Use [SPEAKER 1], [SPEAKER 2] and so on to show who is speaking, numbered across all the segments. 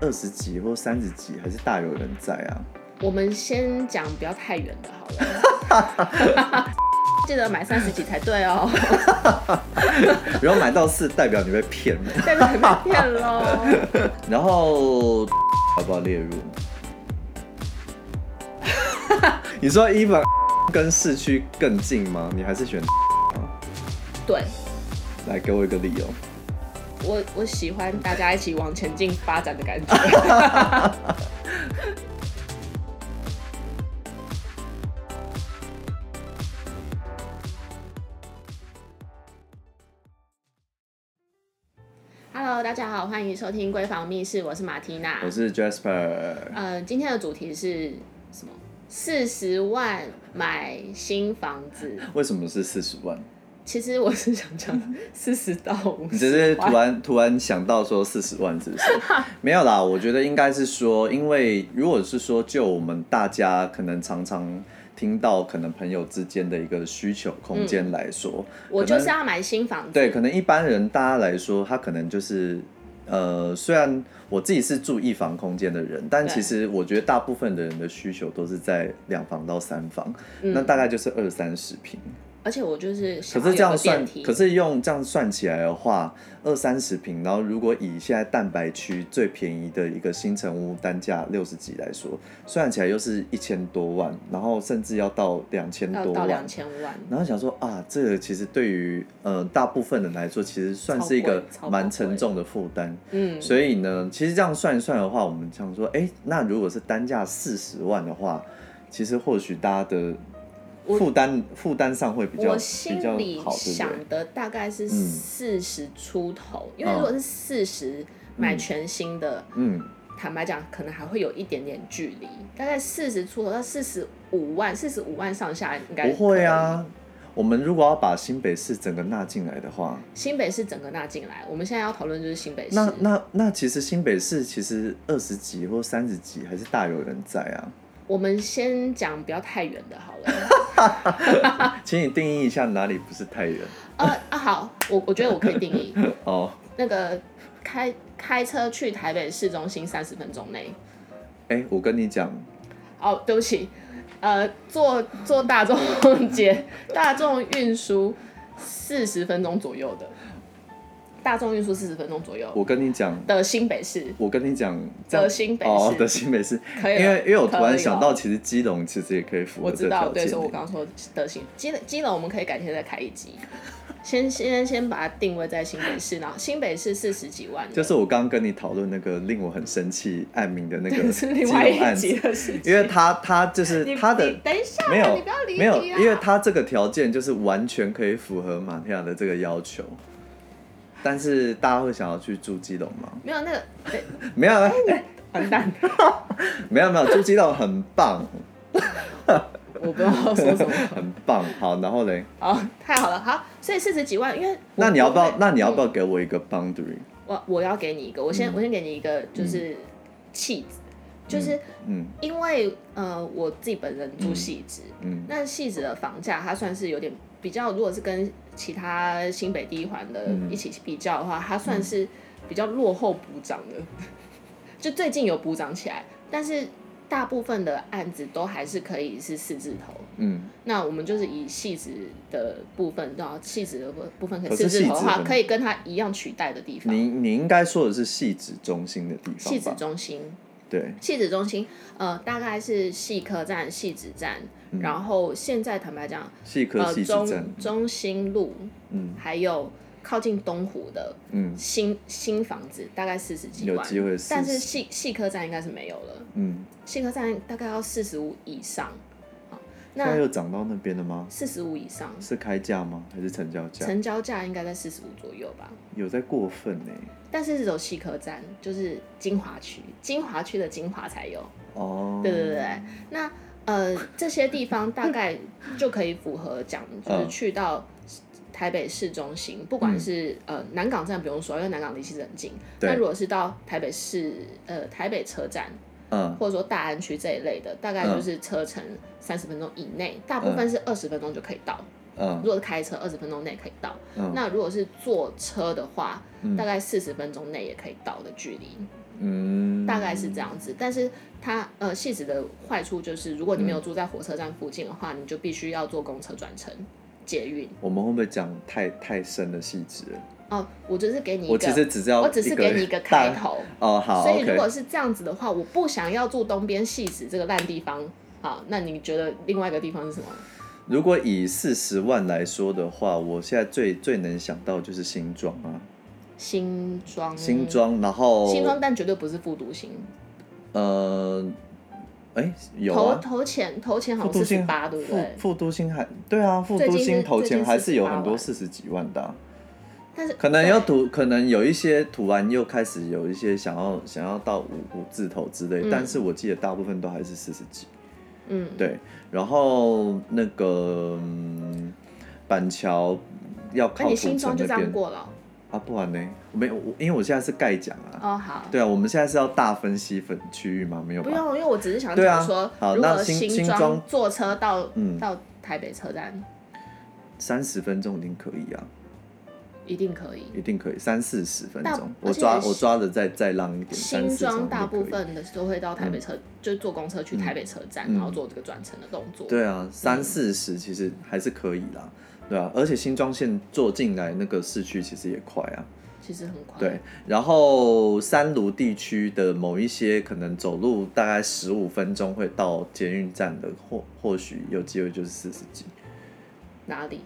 [SPEAKER 1] 二十集或三十集还是大有人在啊。
[SPEAKER 2] 我们先讲不要太远的，好了。 记得买三十几才对哦，
[SPEAKER 1] 不要买到四， 代表你被骗了。
[SPEAKER 2] 代表你被 骗喽。
[SPEAKER 1] 然后要不要列入？ 你说伊凡 跟市区更近吗？你还是选 吗？
[SPEAKER 2] 对，
[SPEAKER 1] 来给我一个理由。
[SPEAKER 2] 我我喜欢大家一起往前进发展的感 觉。Hello，大家好，欢迎收听《闺房密室》，我是马缇娜。
[SPEAKER 1] 我是 Jasper，
[SPEAKER 2] 呃，今天的主题是什么？四十万买新房子。
[SPEAKER 1] 为什么是四十万？
[SPEAKER 2] 其实我是想讲四十到五十。
[SPEAKER 1] 你只是突然突然想到说四十万 是不是？没有啦，我觉得应该是说，因为如果是说就我们大家可能常常听到可能朋友之间的一个需求空
[SPEAKER 2] 嗯
[SPEAKER 1] 间来说，
[SPEAKER 2] 我
[SPEAKER 1] 可
[SPEAKER 2] 就
[SPEAKER 1] 能
[SPEAKER 2] 是要买新房子。
[SPEAKER 1] 对，可能一般人大家来说，他可能就是。呃，虽然我自己是住一房空间的人，但
[SPEAKER 2] 对
[SPEAKER 1] 其实我觉得大部分的人的需求都是在两房到三房，
[SPEAKER 2] 嗯
[SPEAKER 1] 那大概就是二三十平。
[SPEAKER 2] 而且我就是
[SPEAKER 1] 可
[SPEAKER 2] 想要
[SPEAKER 1] 是
[SPEAKER 2] 有
[SPEAKER 1] 这样
[SPEAKER 2] 个
[SPEAKER 1] 算
[SPEAKER 2] 电，梯
[SPEAKER 1] 可是用这样算起来的话，二三十平，然后如果以现在蛋白区最便宜的一个新城屋单价六十几来说，算起来又是一千多万，然后甚至要到两千
[SPEAKER 2] 要
[SPEAKER 1] 多
[SPEAKER 2] 到
[SPEAKER 1] 万
[SPEAKER 2] 两。千万。
[SPEAKER 1] 然后想说啊，这个其实对于呃大部分人来说，其实算是一个
[SPEAKER 2] 超贵
[SPEAKER 1] 蛮沉重的负担。
[SPEAKER 2] 嗯，
[SPEAKER 1] 所以呢，其实这样算一算的话，我们想说，哎，那如果是单价四十万的话，其实或许大家的
[SPEAKER 2] 我
[SPEAKER 1] 负担负担上会比较
[SPEAKER 2] 我
[SPEAKER 1] 比
[SPEAKER 2] 心
[SPEAKER 1] 较
[SPEAKER 2] 里
[SPEAKER 1] 好，对不对？
[SPEAKER 2] 想的大概是
[SPEAKER 1] 嗯
[SPEAKER 2] 四十出头，因为
[SPEAKER 1] 嗯
[SPEAKER 2] 如果是四十买全新的，
[SPEAKER 1] 嗯，
[SPEAKER 2] 坦白讲，可能还会有一点点距离，大概四十出头到四十五万，四十五万上下应该
[SPEAKER 1] 不会
[SPEAKER 2] 可以。
[SPEAKER 1] 啊。我们如果要把新北市整个纳进来的话，
[SPEAKER 2] 新北市整个纳进来，我们现在要讨论就是新北市。
[SPEAKER 1] 那那那其实新北市其实二十几或三十几还是大有人在啊。
[SPEAKER 2] 我们先讲不要太远的好了。
[SPEAKER 1] 请你定义一下哪里不是太远
[SPEAKER 2] 呃啊，好，我我觉得我可以定义
[SPEAKER 1] 哦。
[SPEAKER 2] 那个开开车去台北市中心三十分钟内。
[SPEAKER 1] 哎、我跟你讲，
[SPEAKER 2] 哦，对不起，呃，坐坐大众捷 大众运输四十分钟左右的，大众运输四十分钟左右
[SPEAKER 1] 我跟你讲，
[SPEAKER 2] 的新北市，
[SPEAKER 1] 我跟你讲，这样
[SPEAKER 2] 的新北市
[SPEAKER 1] 哦，的新北市，
[SPEAKER 2] 可以了
[SPEAKER 1] 因为因为我突
[SPEAKER 2] 哎可以
[SPEAKER 1] 然
[SPEAKER 2] 了
[SPEAKER 1] 想到，其实基隆其实也可以符合
[SPEAKER 2] 我
[SPEAKER 1] 这
[SPEAKER 2] 知
[SPEAKER 1] 条件。
[SPEAKER 2] 道，对，所以我刚刚说德行基隆基隆，我们可以改天再开一集。先先先把它定位在新北市，然后新北市四十几万的，
[SPEAKER 1] 就是我刚刚跟你讨论那个令我很生气案名的那个
[SPEAKER 2] 是
[SPEAKER 1] 基
[SPEAKER 2] 另外
[SPEAKER 1] 隆案
[SPEAKER 2] 一
[SPEAKER 1] 子
[SPEAKER 2] 集，的事情。
[SPEAKER 1] 因为他他就是
[SPEAKER 2] 你
[SPEAKER 1] 他的
[SPEAKER 2] 你等一下，
[SPEAKER 1] 没有
[SPEAKER 2] 你不要离题
[SPEAKER 1] 没有，
[SPEAKER 2] 啊
[SPEAKER 1] 因为他这个条件就是完全可以符合马天亚的这个要求。但是大家会想要去住基隆吗？
[SPEAKER 2] 没有那个对
[SPEAKER 1] 没有，哎
[SPEAKER 2] 完蛋，
[SPEAKER 1] 没有没有，住基隆很棒，
[SPEAKER 2] 我不知道说什么。
[SPEAKER 1] 很棒。好，然后嘞，
[SPEAKER 2] 哦，太好了，好，所以四十几万，因为我
[SPEAKER 1] 那你要不
[SPEAKER 2] 我嗯
[SPEAKER 1] 要？那你要不要嗯给我一个 boundary？
[SPEAKER 2] 我我要给你一个，我先、我先给你一个，就是气质，就是
[SPEAKER 1] 嗯
[SPEAKER 2] 因为呃我自己本人住细致，
[SPEAKER 1] 嗯
[SPEAKER 2] 那细致的房价它算是有点比较，如果是跟其他新北第一环的
[SPEAKER 1] 嗯
[SPEAKER 2] 一起比较的话，它算是比较落后补涨的， 就最近有补涨起来，但是大部分的案子都还是可以是四字头。
[SPEAKER 1] 嗯，
[SPEAKER 2] 那我们就是以细致的部分，然后细致的部部分可
[SPEAKER 1] 哦
[SPEAKER 2] 以
[SPEAKER 1] 可是
[SPEAKER 2] 四字头的
[SPEAKER 1] 细
[SPEAKER 2] 话，
[SPEAKER 1] 致的
[SPEAKER 2] 可以跟它一样取代的地方。
[SPEAKER 1] 你你应该说的是戏子中心的地方
[SPEAKER 2] 戏子
[SPEAKER 1] 吧？
[SPEAKER 2] 中心，
[SPEAKER 1] 对，
[SPEAKER 2] 戏子中心，呃，大概是戏科站、戏子站，然后现在坦白讲，
[SPEAKER 1] 戏科
[SPEAKER 2] 呃，
[SPEAKER 1] 嗯戏子站
[SPEAKER 2] 中，中心路，
[SPEAKER 1] 嗯，
[SPEAKER 2] 还有靠近东湖的
[SPEAKER 1] 嗯
[SPEAKER 2] 新新房子，大概四十几
[SPEAKER 1] 有
[SPEAKER 2] 万，
[SPEAKER 1] 机会40
[SPEAKER 2] 但是戏戏科站应该是没有了，
[SPEAKER 1] 嗯，
[SPEAKER 2] 戏科站大概要四十五以上，好
[SPEAKER 1] 现在
[SPEAKER 2] 那
[SPEAKER 1] 又涨到那边了吗？
[SPEAKER 2] 四十五以上，
[SPEAKER 1] 是开价吗？还是啊成交价？
[SPEAKER 2] 成交价应该在四十五左右吧。
[SPEAKER 1] 有在过分呢、
[SPEAKER 2] 但是只有西科站，就是金华区，金华区的金华才有。
[SPEAKER 1] 哦，
[SPEAKER 2] 对对对对，那呃这些地方大概就可以符合讲，就是
[SPEAKER 1] 嗯
[SPEAKER 2] 去到台北市中心，不管是、呃南港站不用说，因为南港离其实很近。
[SPEAKER 1] 对
[SPEAKER 2] 那如果是到台北市呃台北车站，
[SPEAKER 1] 嗯，
[SPEAKER 2] 或者说大安区这一类的，大概就是车程三十分钟以内，大部分是二十分钟就可以到。
[SPEAKER 1] 嗯
[SPEAKER 2] 如果是开车，二十分钟内可以到。
[SPEAKER 1] 嗯
[SPEAKER 2] 那如果是坐车的话，大概四十分钟内也可以到的距离。
[SPEAKER 1] 嗯，
[SPEAKER 2] 大概是这样子。但是它呃，戏子的坏处就是，如果你没
[SPEAKER 1] 嗯
[SPEAKER 2] 有住在火车站附近的话，你就必须要坐公车转乘捷运。
[SPEAKER 1] 我们会不会讲太太深的细致了？
[SPEAKER 2] 哦，我只是给你一个，
[SPEAKER 1] 我其实只知道，
[SPEAKER 2] 我只是给你一个开。头。
[SPEAKER 1] 哦，好
[SPEAKER 2] 所以如
[SPEAKER 1] ，OK，
[SPEAKER 2] 果是这样子的话，我不想要住东边戏子这个烂地方。好，那你觉得另外一个地方是什么？
[SPEAKER 1] 如果以四十万来说的话，我现在最最能想到就是新庄啊，
[SPEAKER 2] 新庄。
[SPEAKER 1] 新。庄，然后
[SPEAKER 2] 嗯新庄，但绝对不是复读型。
[SPEAKER 1] 呃，哎，有
[SPEAKER 2] 投
[SPEAKER 1] 啊，
[SPEAKER 2] 投钱投钱好
[SPEAKER 1] 复都
[SPEAKER 2] 像四十
[SPEAKER 1] 新
[SPEAKER 2] 八，对不
[SPEAKER 1] 复
[SPEAKER 2] 对？
[SPEAKER 1] 复都新还对啊，复都
[SPEAKER 2] 最近
[SPEAKER 1] 新
[SPEAKER 2] 是
[SPEAKER 1] 投
[SPEAKER 2] 最
[SPEAKER 1] 钱
[SPEAKER 2] 近
[SPEAKER 1] 还是有
[SPEAKER 2] 48
[SPEAKER 1] 很多
[SPEAKER 2] 万
[SPEAKER 1] 四十几万的啊、
[SPEAKER 2] 但是
[SPEAKER 1] 可能要
[SPEAKER 2] 对
[SPEAKER 1] 读，可能有一些读完又开始有一些想要想要到五五字头之类，
[SPEAKER 2] 嗯
[SPEAKER 1] 但是我记得大部分都还是四十几。
[SPEAKER 2] 嗯
[SPEAKER 1] 对，然后那个、嗯板桥要
[SPEAKER 2] 那
[SPEAKER 1] 靠
[SPEAKER 2] 你
[SPEAKER 1] 土
[SPEAKER 2] 新
[SPEAKER 1] 城
[SPEAKER 2] 庄就
[SPEAKER 1] 那
[SPEAKER 2] 这样
[SPEAKER 1] 边
[SPEAKER 2] 过了哦、
[SPEAKER 1] 啊，不然呢？我没有，我因为我现在是盖奖啊。
[SPEAKER 2] 哦，好，
[SPEAKER 1] 对啊，我们现在是要大分析分区域吗？没有
[SPEAKER 2] 不
[SPEAKER 1] 吧？
[SPEAKER 2] 用，因为我只是想
[SPEAKER 1] 对啊
[SPEAKER 2] 讲说，
[SPEAKER 1] 好
[SPEAKER 2] 如
[SPEAKER 1] 那
[SPEAKER 2] 果
[SPEAKER 1] 新
[SPEAKER 2] 新
[SPEAKER 1] 新
[SPEAKER 2] 庄
[SPEAKER 1] 庄
[SPEAKER 2] 坐车到、
[SPEAKER 1] 嗯
[SPEAKER 2] 到台北车站
[SPEAKER 1] 三十分钟一定可以啊，
[SPEAKER 2] 一定可以。
[SPEAKER 1] 一定可以，三四十分
[SPEAKER 2] 大
[SPEAKER 1] 钟。
[SPEAKER 2] 而
[SPEAKER 1] 我抓
[SPEAKER 2] 且
[SPEAKER 1] 我抓的再再浪一点，三
[SPEAKER 2] 新
[SPEAKER 1] 四十分钟
[SPEAKER 2] 庄大
[SPEAKER 1] 就可以
[SPEAKER 2] 部分的都会到台北车，就坐公车去台北车站，
[SPEAKER 1] 嗯
[SPEAKER 2] 然后做这个转乘的动作。
[SPEAKER 1] 对啊，三四十其实还是可以啦，对啊，而且新庄线坐进来那个市区其实也快啊，
[SPEAKER 2] 其实很快。
[SPEAKER 1] 对。然后三芦地区的某一些可能走路大概十五分钟会到捷运站的，或或许有机会就是四十几。
[SPEAKER 2] 哪里？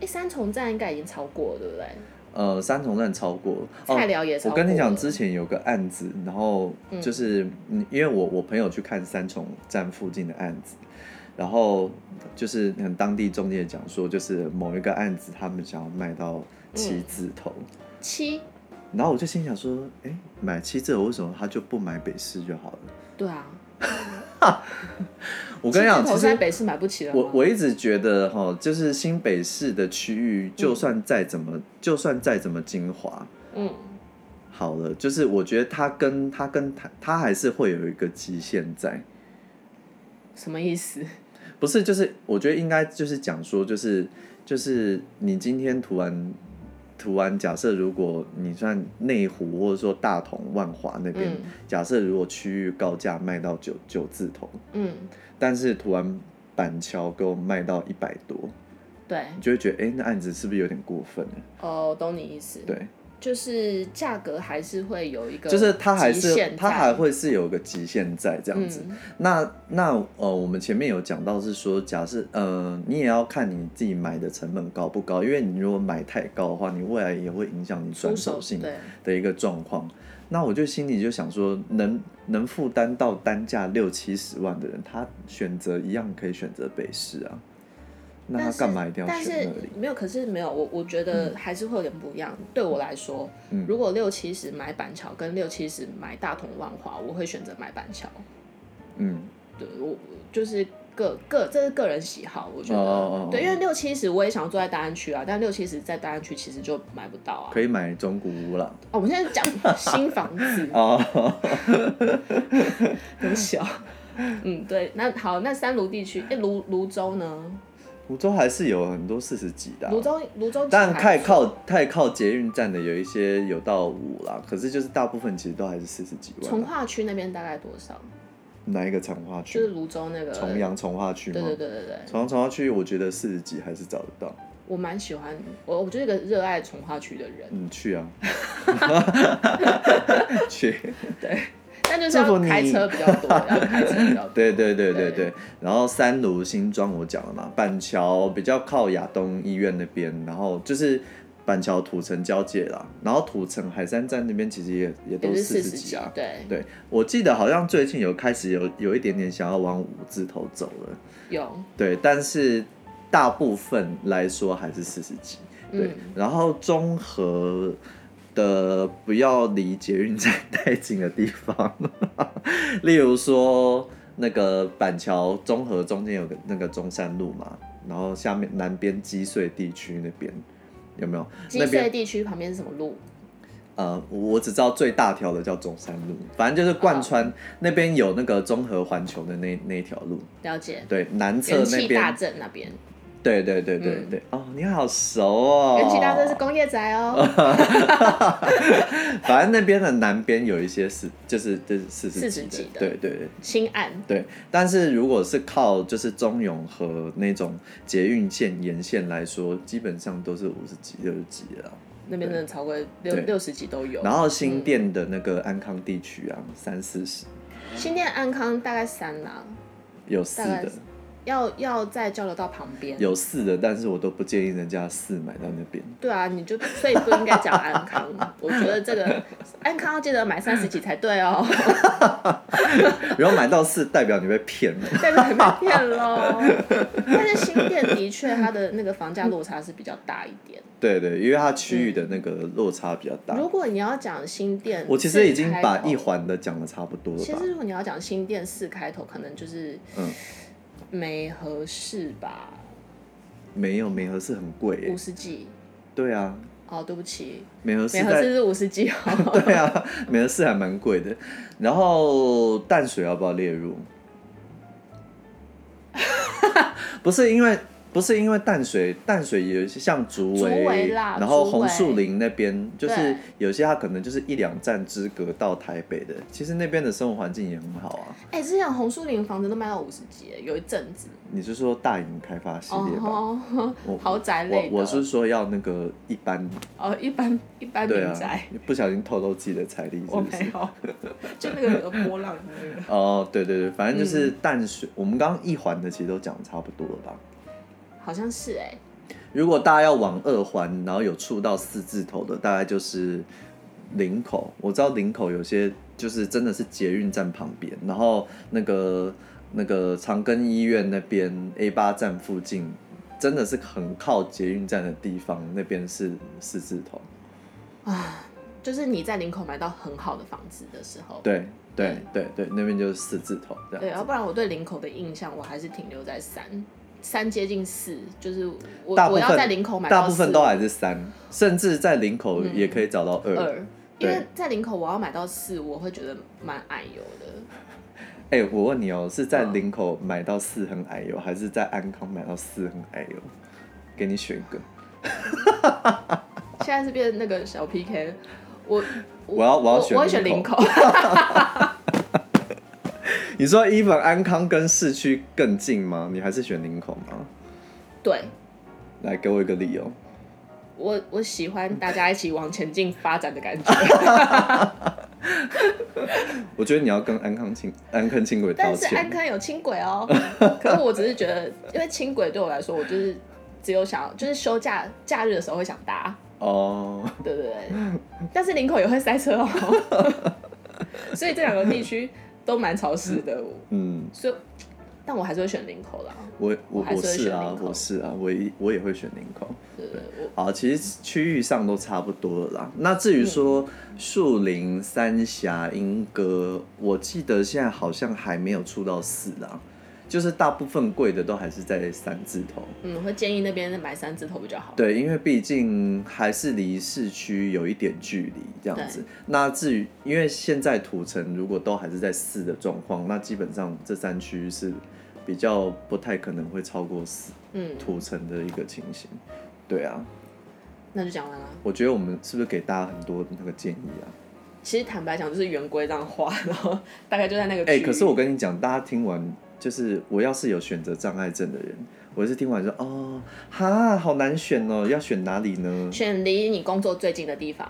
[SPEAKER 2] 哎，三重站应该已经超过了，对不对？
[SPEAKER 1] 呃，三重站超过了，哦
[SPEAKER 2] 菜，寮也超
[SPEAKER 1] 我
[SPEAKER 2] 过了。
[SPEAKER 1] 跟你讲，之前有个案子，然后就是、嗯因为我我朋友去看三重站附近的案子，然后就是很当地中介讲说，就是某一个案子他们想要卖到
[SPEAKER 2] 嗯
[SPEAKER 1] 七字头，
[SPEAKER 2] 七，
[SPEAKER 1] 然后我就心想说，哎，买七字头为什么他就不买北市就好了？
[SPEAKER 2] 对啊。
[SPEAKER 1] 我跟你讲，其
[SPEAKER 2] 七字头在
[SPEAKER 1] 实
[SPEAKER 2] 北市买不起了吗。
[SPEAKER 1] 我我一直觉得哈，就是新北市的区域，就算再怎么、就算再怎么精华，
[SPEAKER 2] 嗯，
[SPEAKER 1] 好了，就是我觉得它跟它跟它它还是会有一个极限在，
[SPEAKER 2] 什么意思？
[SPEAKER 1] 不是就是我觉得应该就是讲说就是就是你今天涂完涂完，假设如果你算内湖或者说大同万华那边，
[SPEAKER 2] 嗯
[SPEAKER 1] 假设如果区域高价卖到九九字头，
[SPEAKER 2] 嗯，
[SPEAKER 1] 但是涂完板桥给我卖到一百多，
[SPEAKER 2] 对，
[SPEAKER 1] 你就会觉得哎、诶那案子是不是有点过分了？
[SPEAKER 2] 哦，懂你意思。
[SPEAKER 1] 对，
[SPEAKER 2] 就是价格还是会有一个，
[SPEAKER 1] 就是它还
[SPEAKER 2] 极
[SPEAKER 1] 是
[SPEAKER 2] 限在
[SPEAKER 1] 它还会是有个极限在这样子。
[SPEAKER 2] 嗯
[SPEAKER 1] 那那呃，我们前面有讲到是说，假设呃，你也要看你自己买的成本高不高，因为你如果买太高的话，你未来也会影响你转
[SPEAKER 2] 出
[SPEAKER 1] 手性
[SPEAKER 2] 对，
[SPEAKER 1] 的一个状况。那我就心里就想说，能能负担到单价六七十万的人，他选择一样可以选择北市啊，那他
[SPEAKER 2] 但是
[SPEAKER 1] 干嘛一定要
[SPEAKER 2] 但是
[SPEAKER 1] 选那里？
[SPEAKER 2] 没有，可是没有，我我觉得还是会有点不一样。对我来说，
[SPEAKER 1] 嗯
[SPEAKER 2] 如果六七十买板桥跟六七十买大同万华，我会选择买板桥。
[SPEAKER 1] 嗯，
[SPEAKER 2] 对我我就是个个这是个人喜好，我觉得
[SPEAKER 1] 哦哦哦哦
[SPEAKER 2] 对，因为六七十我也想住在大安区啊，但六七十在大安区其实就买不到啊。
[SPEAKER 1] 可以买中古屋啦。
[SPEAKER 2] 哦，我们现在讲新房 子，
[SPEAKER 1] 哦，
[SPEAKER 2] 很小。嗯，对，那好，那三芦地区，哎，泸泸州呢？
[SPEAKER 1] 泸州还是有很多四十几的啊、
[SPEAKER 2] 泸州泸州其实
[SPEAKER 1] 但
[SPEAKER 2] 还
[SPEAKER 1] 太
[SPEAKER 2] 不错
[SPEAKER 1] 靠太靠捷运站的有一些有到五啦，可是就是大部分其实都还是四十几万
[SPEAKER 2] 从
[SPEAKER 1] 啊。
[SPEAKER 2] 化区那边大概多少？
[SPEAKER 1] 哪一个从化
[SPEAKER 2] 就
[SPEAKER 1] 区
[SPEAKER 2] 是？泸州那个
[SPEAKER 1] 重阳从化区吗？
[SPEAKER 2] 对对对对对，
[SPEAKER 1] 重阳从化区，我觉得四十几还是找得到。
[SPEAKER 2] 我蛮喜欢，我我就是一个热爱从化区的人，
[SPEAKER 1] 你去 啊，去。
[SPEAKER 2] 但就是要开车比较多，要开车比较多。
[SPEAKER 1] 对对对对
[SPEAKER 2] 对
[SPEAKER 1] 对。然后三芦新庄我讲了嘛，板桥比较靠亚东医院那边，然后就是。板桥土城交界啦，然后土城海山站那边其实也也
[SPEAKER 2] 也
[SPEAKER 1] 都
[SPEAKER 2] 是
[SPEAKER 1] 四
[SPEAKER 2] 四
[SPEAKER 1] 十
[SPEAKER 2] 十
[SPEAKER 1] 几
[SPEAKER 2] 几
[SPEAKER 1] 啊，，
[SPEAKER 2] 对，
[SPEAKER 1] 对，我记得好像最近有开始有有一点点想要往五字头走了，
[SPEAKER 2] 有，
[SPEAKER 1] 对，但是大部分来说还是四十几，对，
[SPEAKER 2] 嗯
[SPEAKER 1] 然后综合的不要离捷运站 太近的地方，例如说那个板桥综合中间有个那个中山路嘛，然后下面南边积穗地区那边有没有？
[SPEAKER 2] 基
[SPEAKER 1] 那边
[SPEAKER 2] 穗地区旁边是什么路？
[SPEAKER 1] 呃，我只知道最大条的叫中山路，反正就是贯穿、那边有那个综合环球的那那一条路，
[SPEAKER 2] 了解，
[SPEAKER 1] 对，南侧
[SPEAKER 2] 元
[SPEAKER 1] 那
[SPEAKER 2] 气大
[SPEAKER 1] 边，
[SPEAKER 2] 镇那边，
[SPEAKER 1] 对对对对对，哦，你好熟哦。
[SPEAKER 2] 元气大哥是工业宅哦，
[SPEAKER 1] 反正那边的南边有一些是就是就是四十
[SPEAKER 2] 40
[SPEAKER 1] 级
[SPEAKER 2] 级的
[SPEAKER 1] 对对对
[SPEAKER 2] 新案
[SPEAKER 1] 对。但是如果是靠就是中永和那种捷运线沿线来说，基本上都是五十级六十级了。
[SPEAKER 2] 那边真的超过六
[SPEAKER 1] 对
[SPEAKER 2] 六十级都有
[SPEAKER 1] 然。后新店的那个安康地区啊，三四十
[SPEAKER 2] 新店安康大概三啦，
[SPEAKER 1] 有四
[SPEAKER 2] 大概
[SPEAKER 1] 的
[SPEAKER 2] 是，要要在交流道旁边。
[SPEAKER 1] 有四的，但是我都不建议人家四买到那边。
[SPEAKER 2] 对啊，你就所以不应该讲安康。我觉得这个安康要记得买三十几才对哦，
[SPEAKER 1] 然后买到四，代表你被骗了。
[SPEAKER 2] 代表你被 骗喽。但是新店的确它的那个房价落差是比较大一 点。
[SPEAKER 1] 对对，因为它区域的那个落差比较大。
[SPEAKER 2] 如果你要讲新店，
[SPEAKER 1] 我其实已经
[SPEAKER 2] 四开
[SPEAKER 1] 把
[SPEAKER 2] 头
[SPEAKER 1] 一环的讲的差不多了
[SPEAKER 2] 其
[SPEAKER 1] 吧
[SPEAKER 2] 实。如果你要讲新店四开头，可能就是
[SPEAKER 1] 嗯
[SPEAKER 2] 没合适吧，
[SPEAKER 1] 没有美和是很贵耶
[SPEAKER 2] 五，十几。
[SPEAKER 1] 对啊，
[SPEAKER 2] 哦，对不起，
[SPEAKER 1] 美和是
[SPEAKER 2] 美合
[SPEAKER 1] 在
[SPEAKER 2] 是五十 几 哦。
[SPEAKER 1] 对啊，美和是还蛮贵的。然后淡水要不要列 入？不是因为不是因为淡水，淡水有一些像竹
[SPEAKER 2] 竹
[SPEAKER 1] 围，
[SPEAKER 2] 围啦
[SPEAKER 1] 然后
[SPEAKER 2] 竹
[SPEAKER 1] 红
[SPEAKER 2] 围
[SPEAKER 1] 树林那边，就是
[SPEAKER 2] 对
[SPEAKER 1] 有些它可能就是一两站之隔到台北的，其实那边的生活环境也很好啊。
[SPEAKER 2] 哎、之前红树林房子都卖到五十几耶，有一阵子。
[SPEAKER 1] 你是说大营开发系列吧？
[SPEAKER 2] 哦
[SPEAKER 1] 我
[SPEAKER 2] 吼， 豪宅类的。
[SPEAKER 1] 我我是说要那个一般，
[SPEAKER 2] 哦，一般一般
[SPEAKER 1] 对
[SPEAKER 2] 民
[SPEAKER 1] 啊
[SPEAKER 2] 宅，，
[SPEAKER 1] 你不小心透露自己的财力是
[SPEAKER 2] 我
[SPEAKER 1] 不
[SPEAKER 2] 没
[SPEAKER 1] 是？
[SPEAKER 2] 有， 就那个有波浪的那个。
[SPEAKER 1] 哦，对对对，反正
[SPEAKER 2] 嗯
[SPEAKER 1] 就是淡水，我们刚刚一环的其实都讲得差不多了吧？
[SPEAKER 2] 好像是哎、
[SPEAKER 1] 如果大家要往二环，然后有触到四字头的，大概就是林口。我知道林口有些就是真的是捷运站旁边，然后那个那个长庚医院那边 A 八站附近，真的是很靠捷运站的地方，那边是四字头。
[SPEAKER 2] 啊，就是你在林口买到很好的房子的时候，
[SPEAKER 1] 对对对对，那边就是四字头这样。
[SPEAKER 2] 对，要不然我对林口的印象，我还是停留在三三接近四，就是我
[SPEAKER 1] 大部
[SPEAKER 2] 我
[SPEAKER 1] 分
[SPEAKER 2] 要在林口买到
[SPEAKER 1] 大部分
[SPEAKER 2] 四
[SPEAKER 1] 都还是三，甚至在林口
[SPEAKER 2] 嗯
[SPEAKER 1] 也可以找到二。
[SPEAKER 2] 二，因
[SPEAKER 1] 对
[SPEAKER 2] 为在林口我要买到四，我会觉得蛮矮油的。
[SPEAKER 1] 哎、我问你哦，是在
[SPEAKER 2] 嗯
[SPEAKER 1] 林口买到四很矮油，还是在安康买到四很矮油？给你选一个，
[SPEAKER 2] 现在是变成那个小 PK，我
[SPEAKER 1] 我要我要选
[SPEAKER 2] 我会选
[SPEAKER 1] 林
[SPEAKER 2] 林
[SPEAKER 1] 口
[SPEAKER 2] 口，
[SPEAKER 1] 你说 even 安康跟市区更近吗？你还是选林口吗？
[SPEAKER 2] 对。
[SPEAKER 1] 来，给我一个理由。
[SPEAKER 2] 我我喜欢大家一起往前进发展的感觉，
[SPEAKER 1] 我觉得你要跟安康轻安康轻轨道
[SPEAKER 2] 但是安
[SPEAKER 1] 歉。
[SPEAKER 2] 康有轻轨哦。 可是我只是觉得，因为轻轨对我来说，我就是只有想要，就是休假假日的时候会想搭，
[SPEAKER 1] 哦，
[SPEAKER 2] 对 对对。但是林口也会塞车哦， 所以这两个地区都蛮潮湿的，
[SPEAKER 1] 嗯，
[SPEAKER 2] 所以但我还是会选林口啦。
[SPEAKER 1] 我
[SPEAKER 2] 我
[SPEAKER 1] 我
[SPEAKER 2] 还是
[SPEAKER 1] 我
[SPEAKER 2] 会
[SPEAKER 1] 是
[SPEAKER 2] 选
[SPEAKER 1] 啊
[SPEAKER 2] 林，口
[SPEAKER 1] 我是啊，我一我也会选林口。
[SPEAKER 2] 对对，对
[SPEAKER 1] 好，其实区域上都差不多了啦。那至于说树林、三峡、莺歌，我记得现在好像还没有出到四啦，就是大部分贵的都还是在三字头。
[SPEAKER 2] 嗯，会建议那边买三字头比较好。
[SPEAKER 1] 对，因为毕竟还是离市区有一点距离这样子。那至于因为现在土城如果都还是在四的状况，那基本上这三区是比较不太可能会超过四
[SPEAKER 2] 嗯，
[SPEAKER 1] 土城的一个情形。对啊，
[SPEAKER 2] 那就讲完了。
[SPEAKER 1] 我觉得我们是不是给大家很多那个建议啊？
[SPEAKER 2] 其实坦白讲，就是圆规这样画，然后大概就在那个区
[SPEAKER 1] 哎、
[SPEAKER 2] 域。
[SPEAKER 1] 可是我跟你讲，大家听完就是我要是有选择障碍症的人，我是听完说哦，哈，好难选哦，要选哪里呢？
[SPEAKER 2] 选离你工作最近的地方。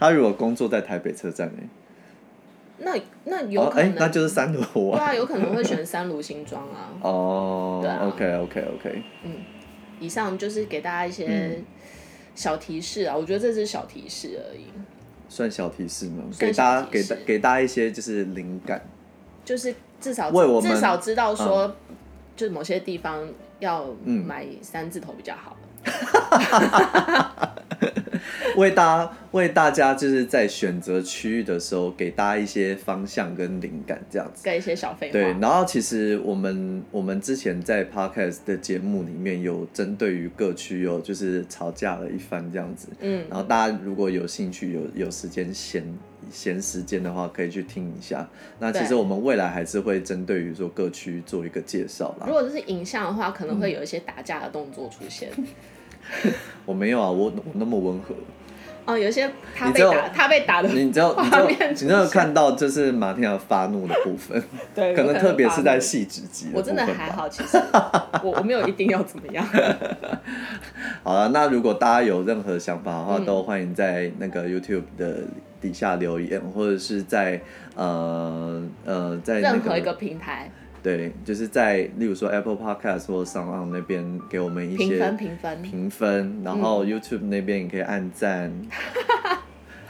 [SPEAKER 1] 他如果工作在台北车站呢、
[SPEAKER 2] 那那
[SPEAKER 1] 哦
[SPEAKER 2] 有可
[SPEAKER 1] 哎、
[SPEAKER 2] 能，
[SPEAKER 1] 那就是三罗
[SPEAKER 2] 对
[SPEAKER 1] 啊。
[SPEAKER 2] 啊，有可能会选三卢新庄啊。
[SPEAKER 1] 哦、
[SPEAKER 2] 对啊
[SPEAKER 1] o k OK OK，
[SPEAKER 2] 以上就是给大家一些
[SPEAKER 1] 嗯
[SPEAKER 2] 小提示啊，我觉得这是小提示而已，
[SPEAKER 1] 算小提示吗？
[SPEAKER 2] 算
[SPEAKER 1] 给大家
[SPEAKER 2] 小
[SPEAKER 1] 给
[SPEAKER 2] 提示
[SPEAKER 1] 大给大家一些就是灵感。
[SPEAKER 2] 就是至少
[SPEAKER 1] 为我们嗯
[SPEAKER 2] 至少知道说，就是某些地方要买三字头比较好。
[SPEAKER 1] 为大家为大家就是在选择区域的时候，给大家一些方向跟灵感这样子。
[SPEAKER 2] 跟一些小废
[SPEAKER 1] 对，
[SPEAKER 2] 话，
[SPEAKER 1] 然后其实我们我们之前在 podcast 的节目里面有针对于各区有就是吵架了一番这样子，
[SPEAKER 2] 嗯，
[SPEAKER 1] 然后大家如果有兴趣有有时间闲闲时间的话，可以去听一下。那其
[SPEAKER 2] 对
[SPEAKER 1] 实我们未来还是会针对于说各区做一个介绍啦
[SPEAKER 2] 如。果这是影像的话，可
[SPEAKER 1] 嗯
[SPEAKER 2] 能会有一些打架的动作出现。
[SPEAKER 1] 我没有啊，我我那么 温和。
[SPEAKER 2] 哦，有一些他
[SPEAKER 1] 你
[SPEAKER 2] 被
[SPEAKER 1] 知道
[SPEAKER 2] 打，他被打的，
[SPEAKER 1] 你只有你只
[SPEAKER 2] 画
[SPEAKER 1] 有
[SPEAKER 2] 面出
[SPEAKER 1] 你只有看到就是马天雅发怒的部分，
[SPEAKER 2] 对，
[SPEAKER 1] 可
[SPEAKER 2] 有
[SPEAKER 1] 能特别
[SPEAKER 2] 发
[SPEAKER 1] 是
[SPEAKER 2] 怒
[SPEAKER 1] 在细致级
[SPEAKER 2] 我
[SPEAKER 1] 部
[SPEAKER 2] 真
[SPEAKER 1] 分
[SPEAKER 2] 的还
[SPEAKER 1] 吧。
[SPEAKER 2] 好，其实我我没有一定要怎么 样。
[SPEAKER 1] 好了，那如果大家有任何想法的
[SPEAKER 2] 嗯
[SPEAKER 1] 话，都欢迎在那个 YouTube 的底下留言，或者是在呃呃在那
[SPEAKER 2] 任何一个平台
[SPEAKER 1] 对，就是在例如说 Apple Podcast 或 s o n 那边给我们一
[SPEAKER 2] 评
[SPEAKER 1] 些
[SPEAKER 2] 分评分，嗯
[SPEAKER 1] 评分，然后 YouTube 那边也可以按 赞，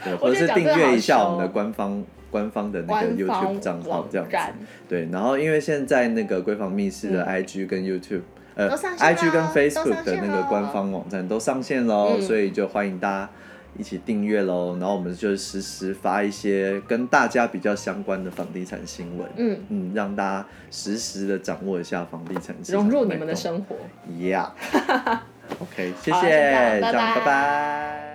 [SPEAKER 1] 对，
[SPEAKER 2] 我
[SPEAKER 1] 或者
[SPEAKER 2] 觉
[SPEAKER 1] 是
[SPEAKER 2] 得讲
[SPEAKER 1] 订
[SPEAKER 2] 这个好
[SPEAKER 1] 阅一下
[SPEAKER 2] 熟
[SPEAKER 1] 我们的官方官方的那个
[SPEAKER 2] 官方
[SPEAKER 1] YouTube 账号
[SPEAKER 2] 网
[SPEAKER 1] 这样子
[SPEAKER 2] 站。
[SPEAKER 1] 对，然后因为现在那个闺房密室的 IG 跟 YouTube、呃
[SPEAKER 2] 嗯都上线
[SPEAKER 1] ，IG 跟
[SPEAKER 2] 啦都
[SPEAKER 1] Facebook
[SPEAKER 2] 上
[SPEAKER 1] 的
[SPEAKER 2] 线
[SPEAKER 1] 那个
[SPEAKER 2] 咯
[SPEAKER 1] 官方网站都上线喽，
[SPEAKER 2] 嗯
[SPEAKER 1] 所以就欢迎大家一起订阅喽。然后我们就实时发一些跟大家比较相关的房地产新闻，
[SPEAKER 2] 嗯，
[SPEAKER 1] 嗯，让大家实时的掌握一下房地产市场
[SPEAKER 2] 融入
[SPEAKER 1] 的
[SPEAKER 2] 你们的
[SPEAKER 1] 脉动。
[SPEAKER 2] 生活。
[SPEAKER 1] Yeah，OK，、OK，谢
[SPEAKER 2] 好
[SPEAKER 1] 谢，
[SPEAKER 2] 先这样
[SPEAKER 1] 这样
[SPEAKER 2] 拜拜
[SPEAKER 1] 拜拜